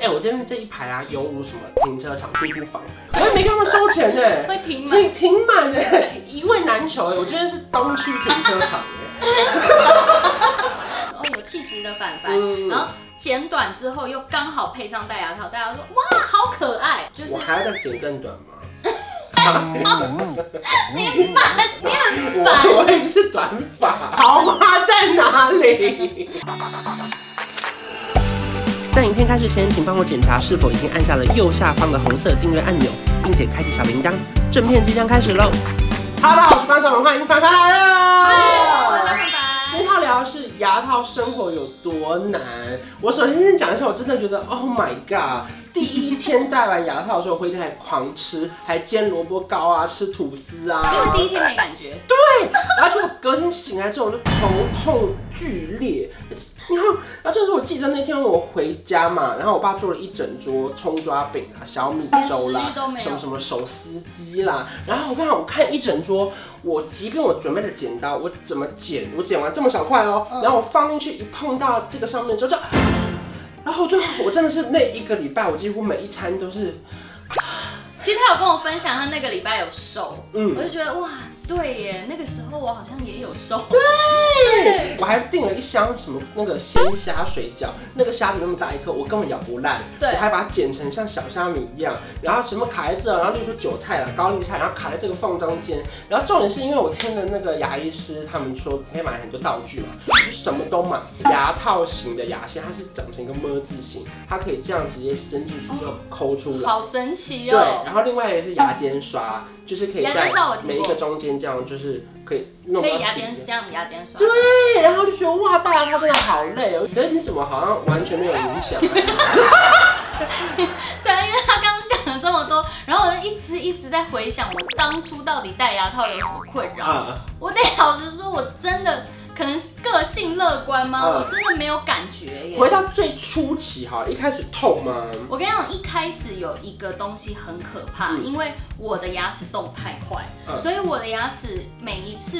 哎、我这边这一排啊，有无什么停车场、嘟嘟房，我也没跟他们收钱呢、会停满，挺挺满的，一位难求哎、我这边是东区停车场哎、哦，有气质的反反，然嗯，后剪短之后又刚好配上戴牙套，大家说哇，好可爱，就是我还要再剪更短吗？很烦我我也是短发，桃花 在哪里？在影片开始前，请帮我检查是否已经按下了右下方的红色订阅按钮，并且开启小铃铛。正片即将开始喽！Hello，我是班上文，欢迎翻翻来哎我是了。凡今天凡要聊的是牙套生活有多难。我首先先讲一下，我真的觉得，Oh my god！第一天戴完牙套的时候，回家还狂吃，还煎萝卜糕啊，吃吐司啊。因为第一天没感觉，然后就隔天醒来之后，我就头痛剧烈。然后，然后就是我记得那天我回家嘛，然后我爸做了一整桌葱抓饼啊、小米粥连食啦欲都没、有什么什么手撕鸡啦。然后我刚好我看一整桌，我即便我准备了剪刀，我怎么剪？我剪完这么小块哦、嗯然后我放进去一碰到这个上面之后就，然后我就我真的是那一个礼拜，我几乎每一餐都是其实他有跟我分享，他那个礼拜有瘦，嗯我就觉得哇，对耶，那个时候我好像也有瘦，对对，我还订了一箱什么那个鲜虾水饺，那个虾子那么大一颗，我根本咬不烂，对我还把它剪成像小虾米一样，然后什么卡在这，然后例如说韭菜啦、高丽菜，然后卡在这个缝中间，然后重点是因为我听了那个牙医师他们说可以买很多道具嘛，我就什么都买，牙套型的牙线它是长成一个么字形，它可以这样直接伸进去之后抠出来。好神奇对，哦、然后另外一个是牙尖刷，就是可以牙在尖刷我听过每一个中间这样，就是可以弄可到以牙尖底这样牙尖刷，对，然后就觉得哇，大牙套真的好累哦。可是你怎么好像完全没有影响、啊？对，因为他刚刚讲了这么多，然后我就一直一直在回想我当初到底戴牙套有什么困 扰。啊， 我得老实说，我真的可能是个性乐观吗？嗯我真的没有感觉耶。回到最初期哈，一开始痛吗？我跟你讲，一开始有一个东西很可怕，嗯因为我的牙齿动太快，嗯所以我的牙齿每一次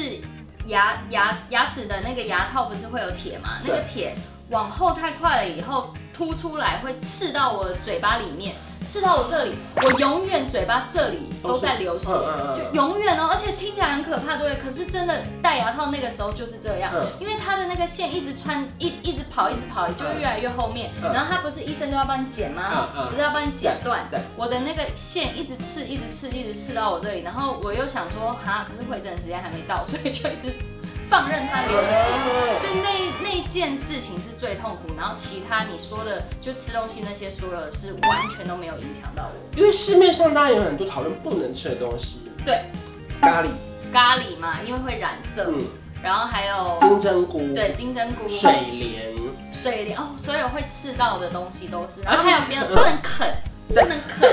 牙牙牙齿的那个牙套不是会有铁嘛？那对个铁往后太快了以后凸出来会刺到我嘴巴里面。刺到我这里，我永远嘴巴这里都在流血，都是嗯嗯嗯就永远哦，而且听起来很可怕，对不对？可是真的戴牙套那个时候就是这样，嗯因为它的那个线一直穿，一一直跑，一直跑，就会越来越后面。嗯然后它不是医生都要帮你剪吗？嗯嗯不是要帮你剪断对对，我的那个线一直刺，一直刺，一直刺到我这里，然后我又想说，哈，可是回诊时间还没到， 所以就一直放任它流哦血。所以那那件事情是最痛苦，然后其他你说的就吃东西那些所有的事，完全都没有影响到我。因为市面上当然有很多讨论不能吃的东西，对，咖喱，咖喱嘛，因为会染色，嗯，然后还有金针菇，对金针菇、水莲，水莲哦，所有会刺到的东西都啊是，然后还有别的不能啃，不能啃，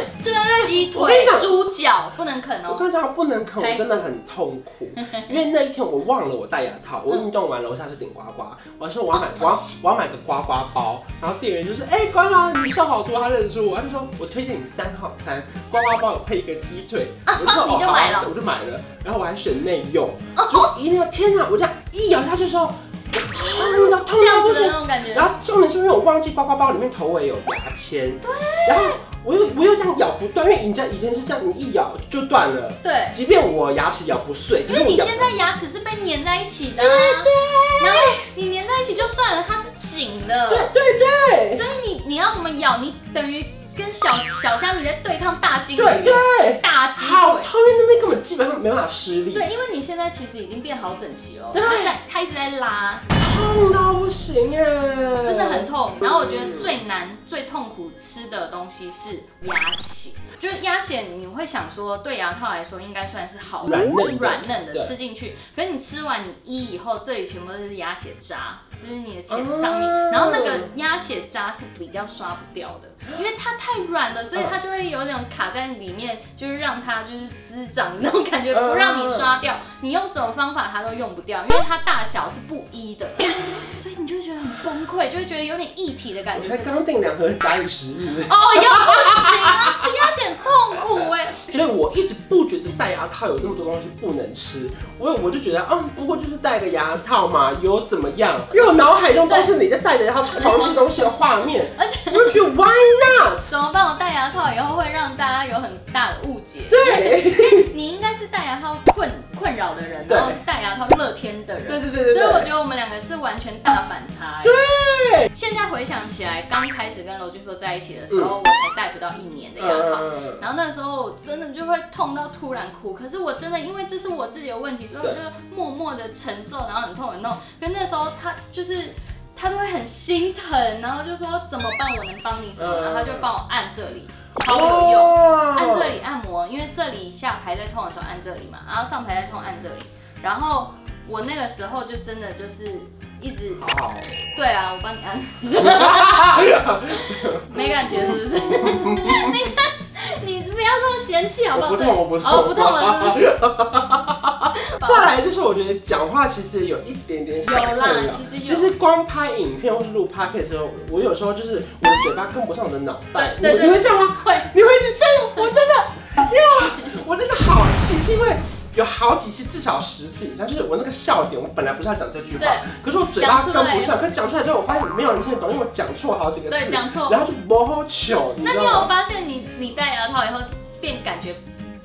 鸡嗯我跟腿你讲、猪脚不能啃我哦。刚才不能啃，我真的很痛 苦，因为那一天我忘了我戴牙套，我运动完楼下是顶呱呱，我还说我要哦买我要我要买个呱呱包，然后店员就说，哎、呱呱你瘦好多，他认出我，他就说我推荐你三号餐，呱呱包有配一个鸡腿，我就说 你就哦好买了哦我就买了，然后我还选内用，就一定要天哪，我这样一咬下去的时候，我痛到痛到这样不子的哦行那，种感觉，然后重点是因为我忘记包包包里面头尾有牙签，对，然后我又我又这样咬不断，因为你知道以前是这样，你一咬就断了。对，即便我牙齿咬不碎，可因是为我你咬现在牙齿是被粘在一起的、啊，对，然后你粘在一起就算了，它是紧的，对对对所以你你要怎么咬，你等于跟小小虾米在对抗大金鱼，对对，大鸡好腿。痛，因为那边根本基本上没办法施力，对，因为你现在其实已经变好整齐了，对它在它一直在拉，痛到不行哎，真的很痛。然后我觉得最难、最痛苦吃的东西是鸭血，就是鸭血，你会想说，对牙套来说应该算是好的，软嫩的是软嫩的，对吃进去。可是你吃完你一以后，这里全部都是鸭血渣，就是你的前哦上面。然后那个鸭血渣是比较刷不掉的，因为它太软嗯了，所以它就会有点卡在里面，就是让它就是滋长的那种感觉，嗯不让你刷掉。你用什么方法它都用不掉，因为它大小是不一的。所以你就会觉得很崩溃，就会觉得有点一体的感我觉。才刚订两盒假以时日，哦，要不行啊，吃鸭血很痛苦哎。 所以我一直不觉得戴牙套有那么多东西不能吃，我我就觉得，嗯，不过就是戴个牙套嘛，有怎么样？因为我脑海中都是你在戴着牙套狂吃东西的画面，而我就觉得 why 很大的误解。对，你应该是戴牙套困困扰的人，对然后戴牙套乐天的对对人，对对所以我对。觉得我们两个是完全大反差、哎对，现在回想起来，刚开始跟楼俊硕在一起的时候，我才戴不到一年的牙套。嗯，然后那时候我真的就会痛到突然哭，可是我真的因为这是我自己的问题，所以我对就默默的承受，然后很痛很痛。可那时候他就是他都会很心疼，然后就说怎么办，我能帮你什么，嗯然后他就帮我按这里，超有用。哦按这里，里按摩，因为这里下排在痛的时候按这里嘛，然后上排在痛按这里，然后我那个时候就真的就是一直，好对啊，我帮你按，好，没感觉是不是？你看， 你不要这么嫌弃好不我好？不痛，我不痛，哦，不痛了，是不是？再 来就是我觉得讲话其实有一点点小有啦困扰，其实有就是光拍影片或是录 podcast 的时候，我有时候就是我的嘴巴跟不上我的脑袋，你对对对你会这样吗？会，你会是这样？我真的，呀，我真的好气，是因为有好几次，至少十次以上，就是我那个笑点，我本来不是要讲这句话对，可是我嘴巴讲跟出来不上，可是讲出来之后，我发现没有人听得懂，因为我讲错好几个对，字，讲 错。然后就不好糗，你那知你道有吗？发现你你戴牙套以后变感觉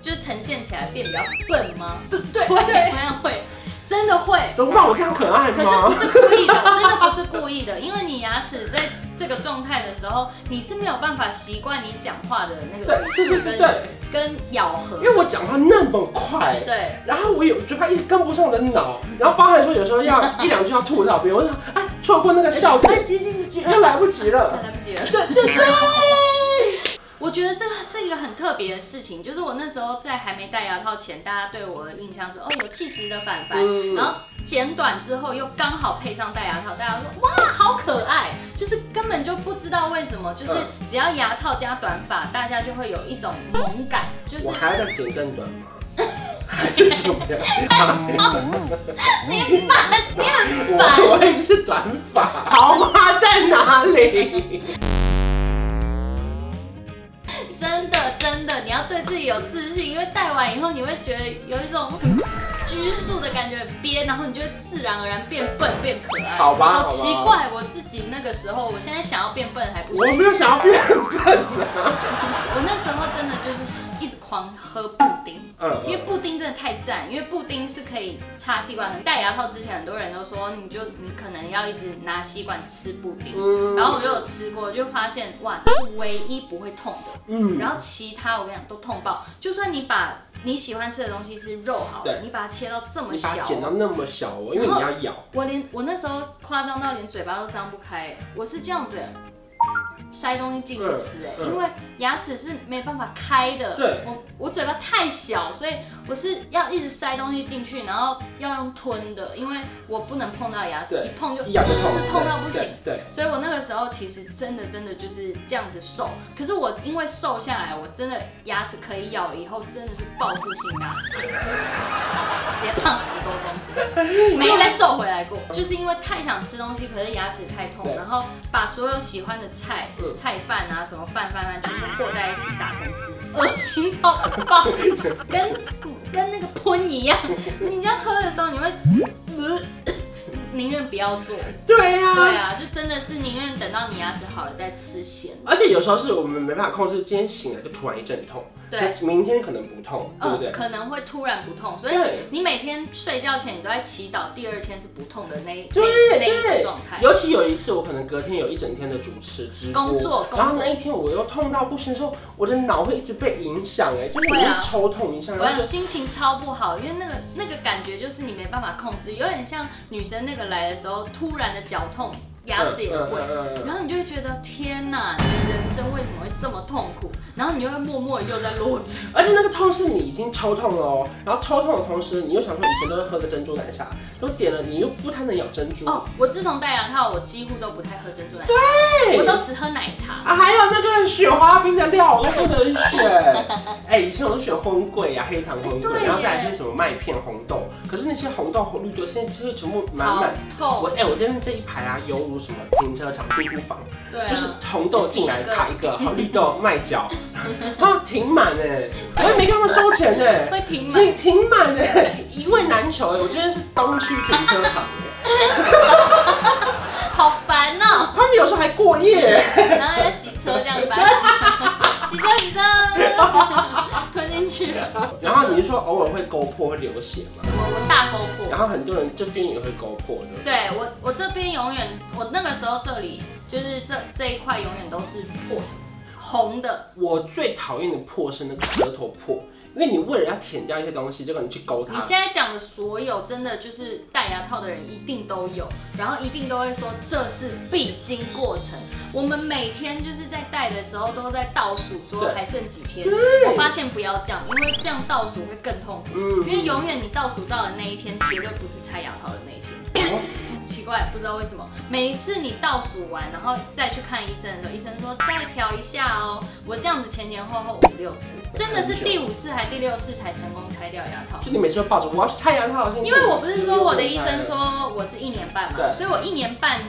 就是呈现起来变比较笨 吗？对对会，对，同样会，真的会。怎么办？我这样可爱可是不吗？是故意的， 真的不是故意的，因为你牙齿在这个状态的时候，你是没有办法习惯你讲话的那个对对对对对，跟咬合因。为我讲话那么快。对，然后我有嘴巴一直跟不上我的脑，然后包含说有时候要一两句要吐到别人，我就说哎错过那个笑点，哎你你你又来不及了。来不及了。对对对，我觉得这个是一个很特别的事情，就是我那时候在还没戴牙套前，大家对我的印象是哦有气质的反白，嗯然后剪短之后又刚好配上戴牙套，大家说哇好可爱，就是根本就不知道为什么，就是嗯只要牙套加短发，大家就会有一种萌感，就是我还要再剪更短 吗？还是什么呀？ 你烦你很烦。我我也是短发，好吗？在哪里？真的真的，你要对自己有自信，因为戴完以后你会觉得有一种嗯拘束的感觉，很憋，然后你就会自然而然变笨变可爱。好吧好吧奇怪，我自己那个时候，我现在想要变笨还不我行。没有想要变笨啊。我那时候真的就是一直狂喝布丁。嗯因为布丁真的太赞，因为布丁是可以插吸管。戴牙套之前，很多人都说你就你可能要一直拿吸管吃布丁，嗯然后我就有吃过，就发现哇，这是唯一不会痛的。嗯然后其他我跟你讲都痛爆，就算你把你喜欢吃的东西是肉好了，对你把它切到这么你把它小剪到哦，那么小哦，因为你要咬。我连我那时候夸张到连嘴巴都张不开欸，我是这样子塞东西进去吃哎，嗯嗯因为牙齿是没办法开的，对我我嘴巴太小，所以我是要一直塞东西进去，然后要用吞的，因为我不能碰到牙齿，对一碰就一咬就痛，痛到不行。对。对，所以我那个时候其实真的真的就是这样子瘦，可是我因为瘦下来，我真的牙齿可以咬，以后真的是报复性大吃，直接胖十多公斤，没再瘦回来过。就是因为太想吃东西，可是牙齿太痛，对然后把所有喜欢的菜、嗯菜饭啊、什么饭饭饭全部和在一起打成汁，恶心到爆，跟跟那个喷一样。你这样喝的时候，你会。呃宁愿不要做，对呀、对啊，就真的是宁愿等到你牙齿好了再吃咸。而且有时候是我们没办法控制，今天醒来就突然一阵痛，对，，明天可能不痛，对不嗯对，？可能会突然不痛，所以对你每天睡觉前你都在祈祷第二天是不痛的那一对那那一个对状态。尤其有一次，我可能隔天有一整天的主持直播，工作然后工作那一天我又痛到不行的时候，我的脑会一直被影响，哎，就是你会啊会抽痛一下，我然后想就心情超不好，因为那个那个感觉就是你没办法控制，有点像女生那个来的时候突然的绞痛，牙齿也会。嗯嗯嗯嗯然后你就会觉得天哪，你的人生为什么会这么痛苦？然后你就会默默地又在落泪。而且那个痛是你已经抽痛了哦，然后抽痛的同时，你又想说以前都是喝个珍珠奶茶，都点了你又不太能咬珍珠。哦，我自从戴牙套，我几乎都不太喝珍珠奶对茶，我都只喝奶茶。啊，还有那个雪花冰的料，我都不能选。 哎、以前我都选荤桂啊呀、黑糖荤哎对桂，耶然后再来是什么麦片红豆，可是那些红豆、红绿豆现在就是全部满好啊满。我透，哎、我今天这一排啊，犹如什么停车场、嘟嘟房，对啊，就是红豆进来卡一个，红绿 豆卖角，啊，停满哎，我也没跟他们收钱哎。会停满，挺挺满的，一位难求哎！我今天是东区停车场欸的，好烦哦、 他们有时候还过夜。欸 然后要洗车这样子，把它洗洗车洗车，去了。然后你是说偶尔会勾破会流血嘛？我我大勾破然，后很多人这边也会勾破的，对我我这边永远，我那个时候这里就是这这一块永远都是破的，红的，我最讨厌的破是那个舌头破，因为你为了要舔掉一些东西，就可能去勾你它现。在讲的所有，真的就是戴牙套的人一定都有，然后一定都会说这是必经过程。我们每天就是在戴的时候都在倒数，说对还剩几天。我发现不要这样，因为这样倒数会更痛苦。嗯因为永远你倒数到的那一天，绝对不是拆牙套的那一天。哦奇怪，不知道为什么，每一次你倒数完，然后再去看医生的时候，医生说再调一下哦。我这样子前前后后五六次，真的是第五次还第六次才成功拆掉牙套。就你每次都抱着我要去拆牙套，因为我不是说我的医生说我是一年半嘛，对所以我一年半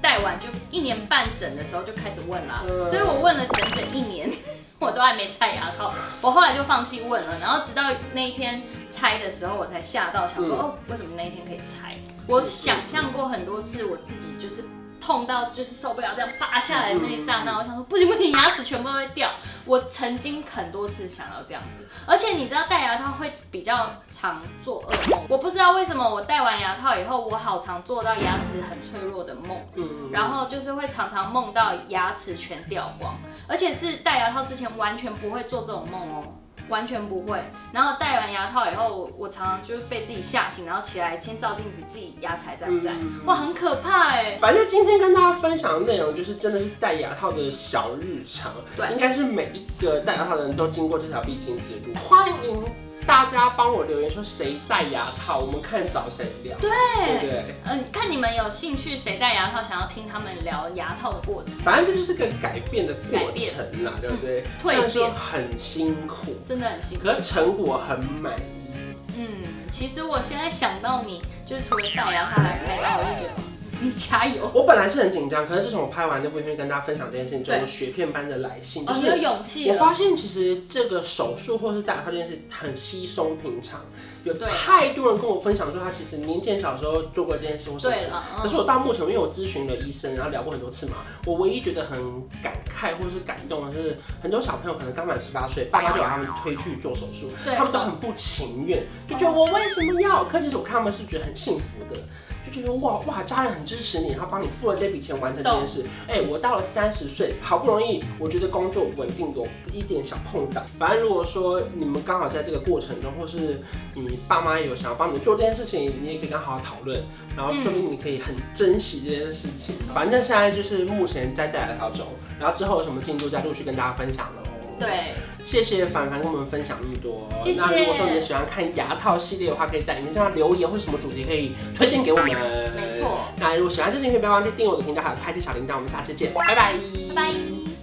戴完就一年半整的时候就开始问啦，嗯所以我问了整整一年， 我都还没拆牙套，我后来就放弃问了，然后直到那一天拆的时候，我才吓到，想说、嗯哦，为什么那一天可以拆？我想象过很多次我自己就是。痛到就是受不了，这样拔下来的那一刹那，我想说不行不行，牙齿全部都会掉。我曾经很多次想要这样子，而且你知道戴牙套会比较常做噩梦，我不知道为什么我戴完牙套以后，我好常做到牙齿很脆弱的梦，嗯然后就是会常常梦到牙齿全掉光，而且是戴牙套之前完全不会做这种梦哦。完全不会，然后戴完牙套以后，我我常常就是被自己吓醒，然后起来先照镜子，自己牙齿还在不在？嗯哇，很可怕哎！反正今天跟大家分享的内容就是真的是戴牙套的小日常，对应该是每一个戴牙套的人都经过这条必经之路。欢迎大家帮我留言说谁戴牙套，我们看找谁聊，对不对？嗯，看你们有兴趣谁戴牙套，想要听他们聊牙套的过程，反正这就是个改变的过程啊啦，对不对？蜕变虽然说很辛苦，真的很辛苦。可是成果很满意。嗯，其实我现在想到你，就是除了戴牙套还有开刀，我就觉得哦你加油，我本来是很紧张，可是自从我拍完那部影片跟大家分享这件事情之后，对雪片般的来信，就哦，是你有勇气我了。发现其实这个手术或是戴牙套这件事很稀松平常，有对太多人跟我分享说他其实年纪很小的时候做过这件事或什么对的。了，可嗯是我到目前，因为我咨询了医生，然后聊过很多次嘛，我唯一觉得很感慨或是感动的是，很多小朋友可能刚满十八岁，爸妈就把他们推去做手术，对他们都很不情愿，就觉得我为什么要？可其实我看他们是觉得很幸福的。就觉得哇哇，家人很支持你，他帮你付了这笔钱完成这件事。哎、我到了三十岁，好不容易，我觉得工作稳定有一点小碰到。反正如果说你们刚好在这个过程中，或是你爸妈有想要帮你做这件事情，你也可以跟他好好讨论，然后说明你可以很珍惜这件事情。嗯反正现在就是目前在戴了条轴，然后之后有什么进度再陆续跟大家分享哦喽。对，谢谢凡凡跟我们分享那么多。谢谢那如果说你喜欢看牙套系列的话，可以在影片下留言或是什么主题可以推荐给我们。没。错，那如果喜欢这期影片，不要忘记订阅我的频道，还有开启小铃铛。我们下期见，拜拜。拜拜。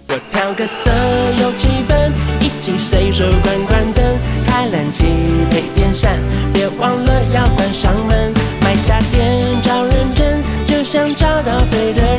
我调个色，有气氛，一起随手关关灯，开冷气配电扇，别忘了要关上门。买家电找认真，就像找到对的